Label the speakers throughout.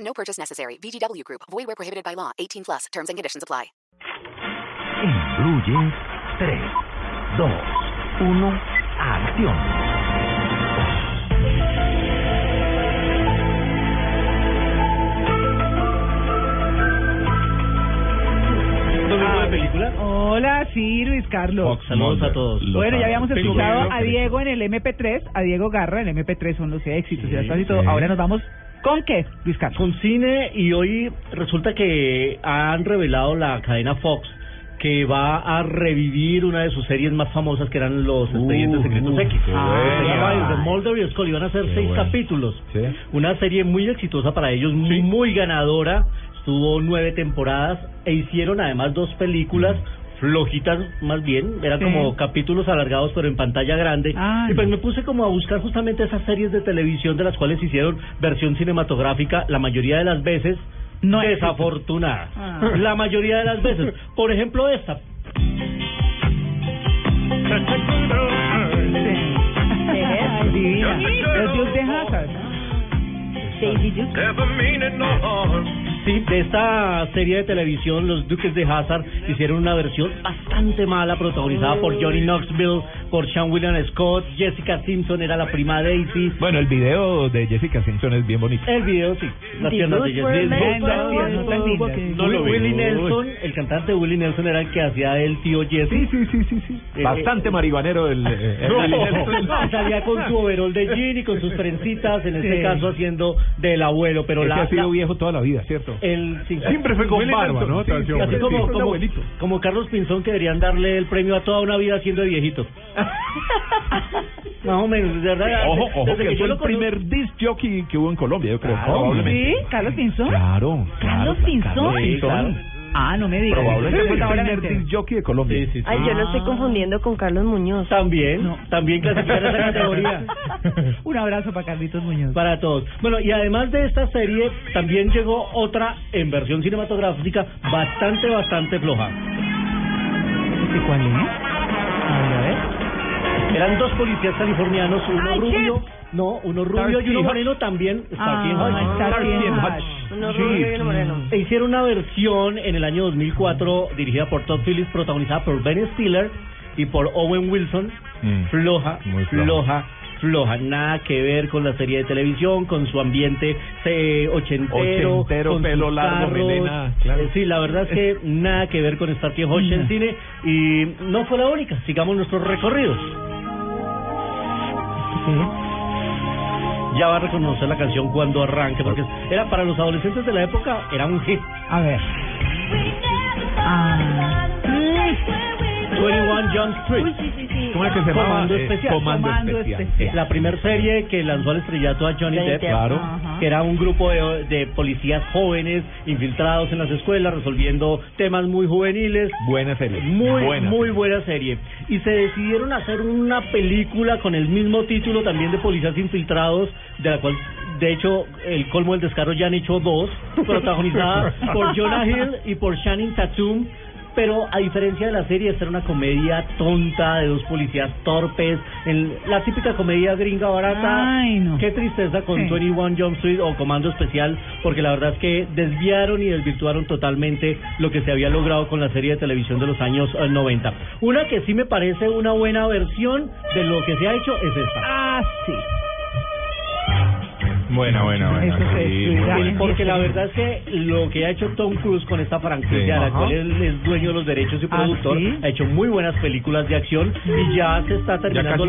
Speaker 1: No purchase necessary. VGW Group. Void where prohibited by law. 18 plus. Terms and conditions apply.
Speaker 2: En Blue 3, 2, 1, acción.
Speaker 3: de película?
Speaker 4: Hola, sí, Luis Carlos.
Speaker 3: Fox Saludos Mulder. a todos. Los
Speaker 4: bueno, ya habíamos
Speaker 3: Pero
Speaker 4: escuchado
Speaker 3: bueno,
Speaker 4: a
Speaker 3: pero-
Speaker 4: Diego en el MP3, a Diego Garra, el MP3 son los éxitos y
Speaker 3: Sí,
Speaker 4: las cosas y todo.
Speaker 3: sí.
Speaker 4: Ahora nos vamos con qué, Luis Carlos.
Speaker 3: Con cine y hoy resulta que han revelado la cadena Fox que va a revivir una de sus series más famosas que eran los
Speaker 4: Uh,
Speaker 3: expedientes
Speaker 5: Uh,
Speaker 3: secretos X.
Speaker 5: qué
Speaker 3: Ah, se
Speaker 5: buena.
Speaker 3: llama The Mulder y Scully. Van a ser
Speaker 5: Qué
Speaker 3: seis
Speaker 5: buena.
Speaker 3: capítulos.
Speaker 5: Sí.
Speaker 3: Una serie muy exitosa para ellos, muy, muy ganadora. Estuvo nueve temporadas e hicieron además dos películas. flojitas más bien, eran
Speaker 4: Sí.
Speaker 3: como capítulos alargados pero en pantalla grande
Speaker 4: Ah,
Speaker 3: y pues
Speaker 4: no.
Speaker 3: me puse como a buscar justamente esas series de televisión de las cuales hicieron versión cinematográfica la mayoría de las veces
Speaker 4: No
Speaker 3: desafortunada.
Speaker 4: Ah.
Speaker 3: La mayoría de las veces. Por ejemplo, esta.
Speaker 4: Ay, divina. Los Dios de Hazard.
Speaker 3: Sí, de esta serie de televisión, Los Duques de Hazard hicieron una versión bastante mala, protagonizada por Johnny Knoxville, por Sean William Scott, Jessica Simpson era la prima Daisy.
Speaker 5: Bueno, el video de Jessica Simpson es bien bonito.
Speaker 3: El video sí, las
Speaker 6: The
Speaker 3: piernas de
Speaker 6: Good Were
Speaker 3: Jessica.
Speaker 6: Made
Speaker 3: Simpson.
Speaker 4: for Lovers. Tan lindas.
Speaker 3: No lo vi. Willie
Speaker 5: Uy.
Speaker 3: Nelson, el cantante Willie Nelson era el que hacía el tío Jesse.
Speaker 5: sí, sí, sí, sí. Bastante marihuanero el... eh,
Speaker 3: Eh, No,
Speaker 5: el- el-
Speaker 3: salía con su overol de jean y con sus trencitas, en este
Speaker 4: Sí.
Speaker 3: caso haciendo del abuelo, pero
Speaker 5: Es que
Speaker 3: la,
Speaker 5: ha sido
Speaker 3: la-
Speaker 5: viejo toda la vida, ¿cierto?
Speaker 3: el sí,
Speaker 5: Siempre fue con
Speaker 3: Willie
Speaker 5: barba,
Speaker 3: Nelson,
Speaker 5: ¿no?
Speaker 3: sí,
Speaker 5: Tal
Speaker 3: sí,
Speaker 5: hombre,
Speaker 3: así
Speaker 5: siempre
Speaker 3: como,
Speaker 5: fue un
Speaker 3: como,
Speaker 5: abuelito.
Speaker 3: como Carlos Pinzón que deberían darle el premio a toda una vida siendo de viejito. Más o menos, de verdad.
Speaker 5: Ojo, ojo,
Speaker 3: desde
Speaker 5: que fue
Speaker 3: que yo
Speaker 5: el
Speaker 3: lo conocí-
Speaker 5: primer disc jockey que hubo en Colombia, yo creo. probablemente.
Speaker 4: ¿Sí? ¿Carlos Pinzón?
Speaker 5: Claro, claro.
Speaker 4: ¿Carlos Pinzón?
Speaker 5: Carlos
Speaker 3: Sí, claro.
Speaker 5: Pinzón.
Speaker 4: Ah, no me digas.
Speaker 5: Probablemente fue
Speaker 4: Pues ahora
Speaker 5: el
Speaker 4: me
Speaker 5: primer
Speaker 4: entero.
Speaker 5: disc jockey de Colombia. Ah,
Speaker 3: Sí, sí, sí.
Speaker 6: Ay, yo lo estoy confundiendo con Carlos Muñoz.
Speaker 3: También, también clasificar esa categoría.
Speaker 4: Un abrazo para Carlitos Muñoz.
Speaker 3: Para todos. Bueno, y además de esta serie, también llegó otra en versión cinematográfica bastante, bastante floja.
Speaker 4: ¿Este cuál es? A ver, a ver.
Speaker 3: Eran dos policías californianos, uno
Speaker 4: Ay,
Speaker 3: rubio, no, uno rubio
Speaker 5: Starsky
Speaker 3: y uno
Speaker 5: Hutch.
Speaker 3: moreno también. Starsky
Speaker 4: Ah,
Speaker 3: Hutch.
Speaker 4: está
Speaker 5: Starsky
Speaker 4: bien.
Speaker 5: and Hutch.
Speaker 6: Uno rubio y uno moreno.
Speaker 3: E hicieron una versión en el año 2004 dirigida por Todd Phillips, protagonizada por Ben Stiller y por Owen Wilson.
Speaker 5: Mm.
Speaker 3: Floja,
Speaker 5: Muy floja.
Speaker 3: floja, floja, Nada que ver con la serie de televisión, con su ambiente eh, ochentero.
Speaker 5: Ochentero,
Speaker 3: con sus
Speaker 5: pelo largo,
Speaker 3: carros.
Speaker 5: melena, claro.
Speaker 3: Eh, Sí, la verdad es que nada que ver con Starkey Hodge en cine. Y no fue la única. Sigamos nuestros recorridos. Ya va a reconocer la canción cuando arranque, porque era para los adolescentes de la época, era un hit.
Speaker 4: A ver. Ah. Mm.
Speaker 3: 21 Jump Street.
Speaker 6: Uy, sí, sí, sí.
Speaker 5: ¿Cómo era que se llamaba?
Speaker 3: Comando
Speaker 5: Eh,
Speaker 3: especial.
Speaker 5: Comando,
Speaker 4: Comando
Speaker 5: especial.
Speaker 4: especial.
Speaker 3: La primera serie que lanzó al estrellato a Johnny
Speaker 6: Johnny
Speaker 3: Depp,
Speaker 6: Depp.
Speaker 5: Claro.
Speaker 4: Ajá.
Speaker 3: que era un grupo de, de policías jóvenes infiltrados en las escuelas, resolviendo temas muy juveniles.
Speaker 5: Buena serie.
Speaker 3: Muy,
Speaker 5: buena
Speaker 3: muy
Speaker 5: serie.
Speaker 3: buena serie. Y se decidieron hacer una película con el mismo título también de policías infiltrados, de la cual, de hecho, el colmo del descaro ya han hecho dos, protagonizada por Jonah Hill y por Shannon Tatum. Pero a diferencia de la serie, esta era una comedia tonta de dos policías torpes, en la típica comedia gringa barata.
Speaker 4: Ay, no.
Speaker 3: Qué tristeza con
Speaker 4: Sí.
Speaker 3: 21 Jump Street o Comando Especial, porque la verdad es que desviaron y desvirtuaron totalmente lo que se había logrado con la serie de televisión de los años eh, 90. Una que sí me parece una buena versión de lo que se ha hecho es esta.
Speaker 4: Ah, sí.
Speaker 5: Buena, buena, buena.
Speaker 4: Eso se
Speaker 5: sí, muy
Speaker 4: estudia.
Speaker 5: buena.
Speaker 3: Pues Porque la verdad es que lo que ha hecho Tom Cruise con esta franquicia,
Speaker 5: Sí,
Speaker 3: de la
Speaker 5: ajá.
Speaker 3: cual él es dueño de los derechos y
Speaker 4: Ah,
Speaker 3: productor,
Speaker 4: ¿sí?
Speaker 3: ha hecho muy buenas películas de acción y ya se está terminando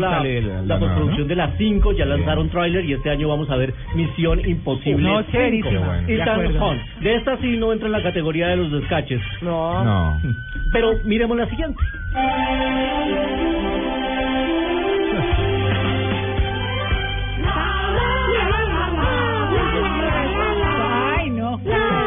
Speaker 5: casi
Speaker 3: la,
Speaker 5: sale la- la
Speaker 3: la
Speaker 5: nueva,
Speaker 3: postproducción
Speaker 5: ¿no?
Speaker 3: de las 5, ya
Speaker 5: Sí.
Speaker 3: lanzaron tráiler y este año vamos a ver Misión Imposible.
Speaker 4: No,
Speaker 3: 5.
Speaker 4: chéverísima.
Speaker 5: bueno.
Speaker 4: De
Speaker 3: Ethan
Speaker 4: acuerdo.
Speaker 3: Hunt. De esta sí no entra en la categoría de los descaches.
Speaker 6: No.
Speaker 5: No.
Speaker 3: Pero miremos la siguiente.
Speaker 4: Ay, no. Ah,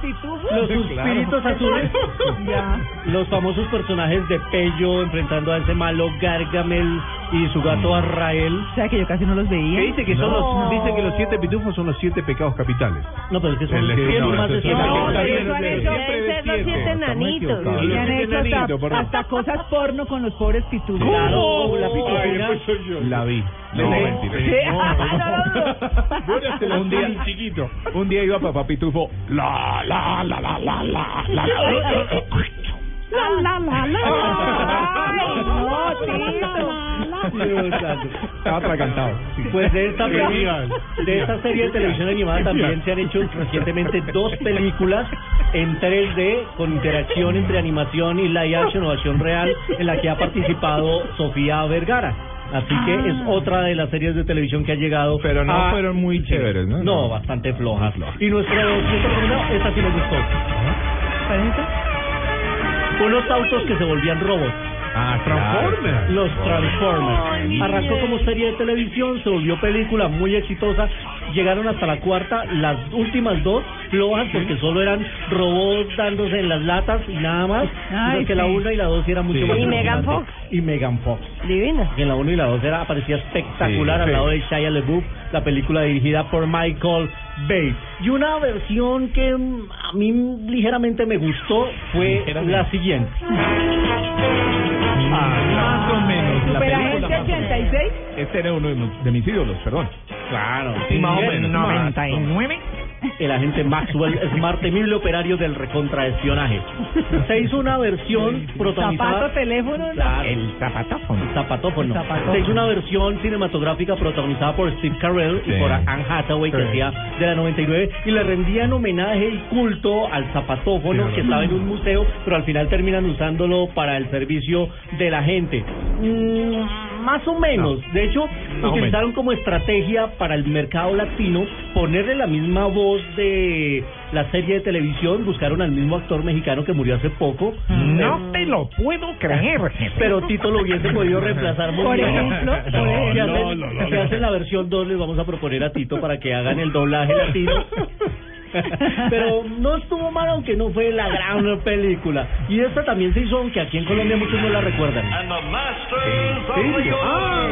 Speaker 6: pitufos?
Speaker 3: Los
Speaker 5: Claro.
Speaker 3: suspiritos azules.
Speaker 6: Ya.
Speaker 3: Los famosos personajes de Pello enfrentando a ese malo Gargamel y su
Speaker 5: Mm.
Speaker 3: gato Arrael.
Speaker 4: O sea, que yo casi no los veía.
Speaker 7: Que dice que son
Speaker 6: No.
Speaker 7: los, dicen que los siete pitufos son los siete pecados capitales.
Speaker 3: No, pero es que son
Speaker 7: El de-
Speaker 3: tienen
Speaker 7: no,
Speaker 3: más de
Speaker 7: eso
Speaker 3: cien.
Speaker 7: es-
Speaker 6: No,
Speaker 7: Está
Speaker 6: pero
Speaker 7: bien,
Speaker 6: eso han
Speaker 7: está
Speaker 6: hecho,
Speaker 7: bien.
Speaker 6: deben ser los siete
Speaker 7: Está muy
Speaker 6: enanitos.
Speaker 7: equivocado.
Speaker 4: Y
Speaker 7: Los
Speaker 4: han
Speaker 7: siete
Speaker 4: hecho hasta,
Speaker 7: enanitos, perdón.
Speaker 4: hasta cosas porno con los pobres pitufos.
Speaker 5: Oh,
Speaker 3: Claro, la
Speaker 7: Ay,
Speaker 3: pitufina.
Speaker 7: después soy yo. La vi.
Speaker 5: No,
Speaker 7: No,
Speaker 5: mentira. Ah, este
Speaker 7: un día chiquito.
Speaker 5: Un día iba papá Pitufo. La, la, la, la, la, la, la, la.
Speaker 4: La, la, la, la. Ay, no,
Speaker 3: Dios santo.
Speaker 5: Estaba atragantado.
Speaker 3: Pues de esta, peli-
Speaker 7: Genial.
Speaker 3: de esta serie de televisión animada también se han hecho recientemente dos películas en 3D con interacción entre animación y live action o acción real en la que ha participado Sofía Vergara. Así que es otra de las series de televisión que ha llegado.
Speaker 5: Pero no
Speaker 3: a-
Speaker 5: fueron muy chéveres, ¿no?
Speaker 3: Ah, No, bastante flojas. Y nuestro nuestro recomendado, esta sí me gustó. Unos autos que se volvían robots.
Speaker 5: Ah,
Speaker 7: Transformers.
Speaker 3: Los Transformers. Arrancó como serie de televisión, se volvió película muy exitosa. Llegaron hasta la cuarta, las últimas dos flojas porque solo eran robots dándose en las latas y nada más.
Speaker 4: Ay,
Speaker 3: porque la
Speaker 4: sí.
Speaker 3: una y la dos sí eran mucho más
Speaker 6: Y Megan
Speaker 3: emocionante. Y Megan Fox.
Speaker 6: Divina.
Speaker 3: En la 1 y la 2 era, parecía espectacular
Speaker 5: Sí,
Speaker 3: al
Speaker 5: sí.
Speaker 3: lado de Shia LaBeouf, la película dirigida por Michael Bay. Y una versión que mm, a mí ligeramente me gustó fue la siguiente.
Speaker 5: Mm,
Speaker 3: ah,
Speaker 5: Más o menos. La película
Speaker 4: Superagencia
Speaker 5: más o menos.
Speaker 4: 86.
Speaker 5: Este era uno de mis, de mis ídolos, perdón.
Speaker 3: Claro,
Speaker 5: Sí, más o menos.
Speaker 4: 99.
Speaker 3: el agente Maxwell Smart, temible operario del recontraespionaje. Se hizo una versión protagonizada...
Speaker 4: Zapato, teléfono.
Speaker 3: Claro.
Speaker 5: El zapatáfono.
Speaker 3: El zapatófono.
Speaker 4: El zapatófono.
Speaker 3: Se hizo una versión cinematográfica protagonizada por Steve Carell
Speaker 5: Sí.
Speaker 3: y por Anne Hathaway, que
Speaker 5: Sí.
Speaker 3: hacía de la 99, y le rendían homenaje y culto al zapatófono
Speaker 5: Sí,
Speaker 3: que estaba en un museo, pero al final terminan usándolo para el servicio de la gente. Mm, más o menos. De hecho,
Speaker 5: o
Speaker 3: utilizaron como estrategia para el mercado latino ponerle la misma voz de la serie de televisión, buscaron al mismo actor mexicano que murió hace poco.
Speaker 5: No te lo puedo creer.
Speaker 3: Pero Tito lo hubiese podido reemplazar muy
Speaker 4: Por
Speaker 3: bien.
Speaker 4: ejemplo, por
Speaker 3: Si
Speaker 4: ejemplo.
Speaker 3: hacen, si hacen la versión 2, les vamos a proponer a Tito para que hagan el doblaje latino. Pero no estuvo mal, aunque no fue la gran película. Y esta también se hizo, aunque aquí en Colombia muchos no la recuerdan.
Speaker 5: Ah.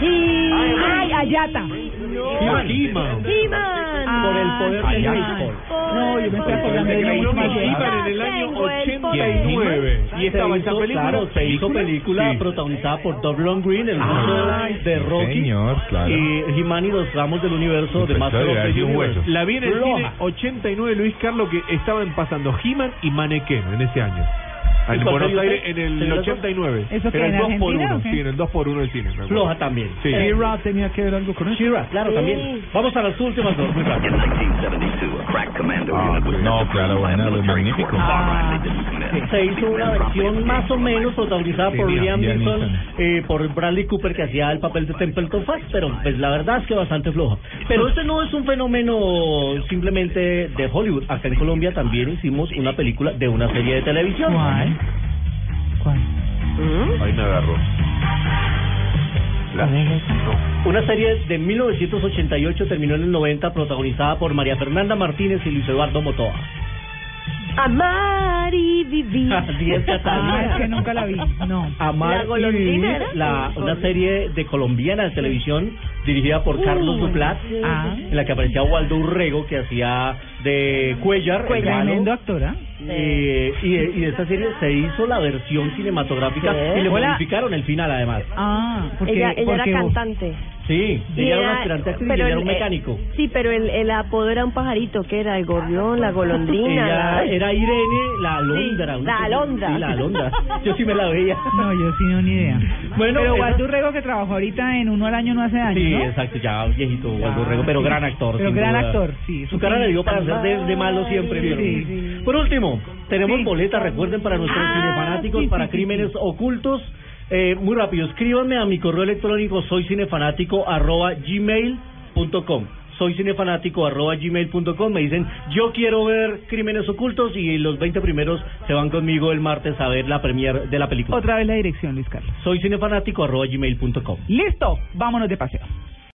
Speaker 4: Y... Ay, Ayata.
Speaker 3: He-Man, Por el poder
Speaker 4: Ay,
Speaker 3: del
Speaker 4: ay.
Speaker 3: béisbol.
Speaker 4: No, yo me estoy acordando de
Speaker 7: Yo
Speaker 4: Johnny
Speaker 7: me
Speaker 4: Mayer.
Speaker 7: iba en el año
Speaker 6: Tengo el
Speaker 7: 89. Y estaba
Speaker 3: Se
Speaker 7: esa
Speaker 3: hizo,
Speaker 7: película.
Speaker 3: claro, se hizo película
Speaker 7: Sí. Ah,
Speaker 3: protagonizada por Doblon Green, el ruso
Speaker 5: Ay,
Speaker 3: de
Speaker 5: sí,
Speaker 3: Rocky.
Speaker 5: señor, claro.
Speaker 3: Y He-Man y los ramos del universo de
Speaker 5: Pues,
Speaker 3: Master of
Speaker 5: claro,
Speaker 3: the
Speaker 5: hay un
Speaker 3: Universe.
Speaker 5: hueso.
Speaker 7: La vi en el
Speaker 3: Roma.
Speaker 7: cine 89 Luis Carlos que estaban pasando He-Man y Manequén en ese año.
Speaker 3: ¿Y
Speaker 7: Ah, En
Speaker 3: cuál
Speaker 7: Buenos
Speaker 3: fue
Speaker 7: Aires
Speaker 3: usted?
Speaker 7: en
Speaker 3: ¿Se
Speaker 7: el
Speaker 3: vio
Speaker 7: 89.
Speaker 4: ¿Eso qué,
Speaker 7: Era
Speaker 4: en
Speaker 7: el 2 por
Speaker 4: Argentina
Speaker 7: 1
Speaker 4: o qué?
Speaker 7: sí, en el 2 por 1 del cine. me acuerdo.
Speaker 3: Floja también. Eh,
Speaker 7: Sí.
Speaker 5: She-Ra tenía que ver algo con eso.
Speaker 3: She-Ra, claro, también. Vamos a las últimas dos, muy rápido.
Speaker 8: In 1972, a crack commando unit was
Speaker 5: Ah, no,
Speaker 8: sent to
Speaker 5: claro,
Speaker 8: Cleveland
Speaker 5: bueno,
Speaker 8: military
Speaker 5: magnífico.
Speaker 8: court. All right,
Speaker 5: Ah.
Speaker 8: they didn't commit.
Speaker 3: se hizo una versión más o menos protagonizada por
Speaker 5: Sí, Liam
Speaker 3: Liam Neeson,
Speaker 5: Neeson.
Speaker 3: eh, por Bradley Cooper que hacía el papel de Templeton Fox, pero pues la verdad es que bastante floja. Pero este no es un fenómeno simplemente de Hollywood. Acá en Colombia también hicimos una película de una serie de televisión.
Speaker 4: ¿Cuál? ¿Cuál?
Speaker 6: ¿Mm?
Speaker 5: Ahí me agarró.
Speaker 4: A ver, esa.
Speaker 3: Una serie de 1988 terminó en el 90 protagonizada por María Fernanda Martínez y Luis Eduardo Motoa.
Speaker 6: Amar y vivir.
Speaker 3: Así es,
Speaker 4: Ah,
Speaker 3: Catalina.
Speaker 4: es que nunca la vi. No.
Speaker 3: Amar
Speaker 6: La
Speaker 3: y
Speaker 6: golondrina
Speaker 3: Vivir,
Speaker 6: era.
Speaker 3: la, una serie de colombiana de televisión dirigida por Carlos Duplat,
Speaker 4: Ah.
Speaker 3: en la que aparecía Waldo Urrego, que hacía de Cuellar, el malo.
Speaker 4: Tremendo actor, ¿ah?
Speaker 3: Eh, y, de- y de esta serie se hizo la versión cinematográfica
Speaker 6: ¿Qué?
Speaker 3: y le
Speaker 4: Hola.
Speaker 3: modificaron el final además.
Speaker 4: Ah, porque,
Speaker 6: ella ella
Speaker 4: porque
Speaker 6: era
Speaker 4: vos-
Speaker 6: cantante.
Speaker 3: Sí,
Speaker 6: Y
Speaker 3: ella era una aspirante actriz y
Speaker 6: pero
Speaker 3: él era
Speaker 6: el-
Speaker 3: un mecánico.
Speaker 6: eh, sí, pero el, el apodo era un pajarito, que era el gorrión, la golondrina.
Speaker 3: Ella
Speaker 6: la-
Speaker 3: era Irene la Alondra.
Speaker 6: Sí,
Speaker 3: una
Speaker 6: la
Speaker 3: cosa-
Speaker 6: Alondra.
Speaker 3: Sí, la Alondra. Yo sí me la veía.
Speaker 4: No, yo sí no, ni idea.
Speaker 3: Bueno,
Speaker 4: Pero
Speaker 3: esa-
Speaker 4: Waldo Urrego que trabajó ahorita en Uno al Año no hace años,
Speaker 3: Sí,
Speaker 4: ¿no?
Speaker 3: exacto, ya viejito Waldo Rego, pero
Speaker 4: sí.
Speaker 3: gran actor.
Speaker 4: Pero
Speaker 3: sin
Speaker 4: gran
Speaker 3: duda.
Speaker 4: actor, sí.
Speaker 3: Su cara le dio para hacer de, de malo siempre.
Speaker 4: Sí,
Speaker 3: pero-
Speaker 4: sí, sí.
Speaker 3: Por último, tenemos
Speaker 4: Sí.
Speaker 3: boletas, recuerden, para nuestros
Speaker 4: Ah,
Speaker 3: cinefanáticos,
Speaker 4: sí,
Speaker 3: para
Speaker 4: sí, sí,
Speaker 3: crímenes ocultos. Eh, muy rápido, escríbanme a mi correo electrónico soy cinefanático arroba gmail.com. Soy cinefanático arroba gmail.com. Me dicen, yo quiero ver crímenes ocultos y los 20 primeros se van conmigo el martes a ver la premier de la película.
Speaker 4: Otra vez la dirección, Luis Carlos.
Speaker 3: Soy cinefanático arroba gmail.com.
Speaker 4: Listo, vámonos de paseo.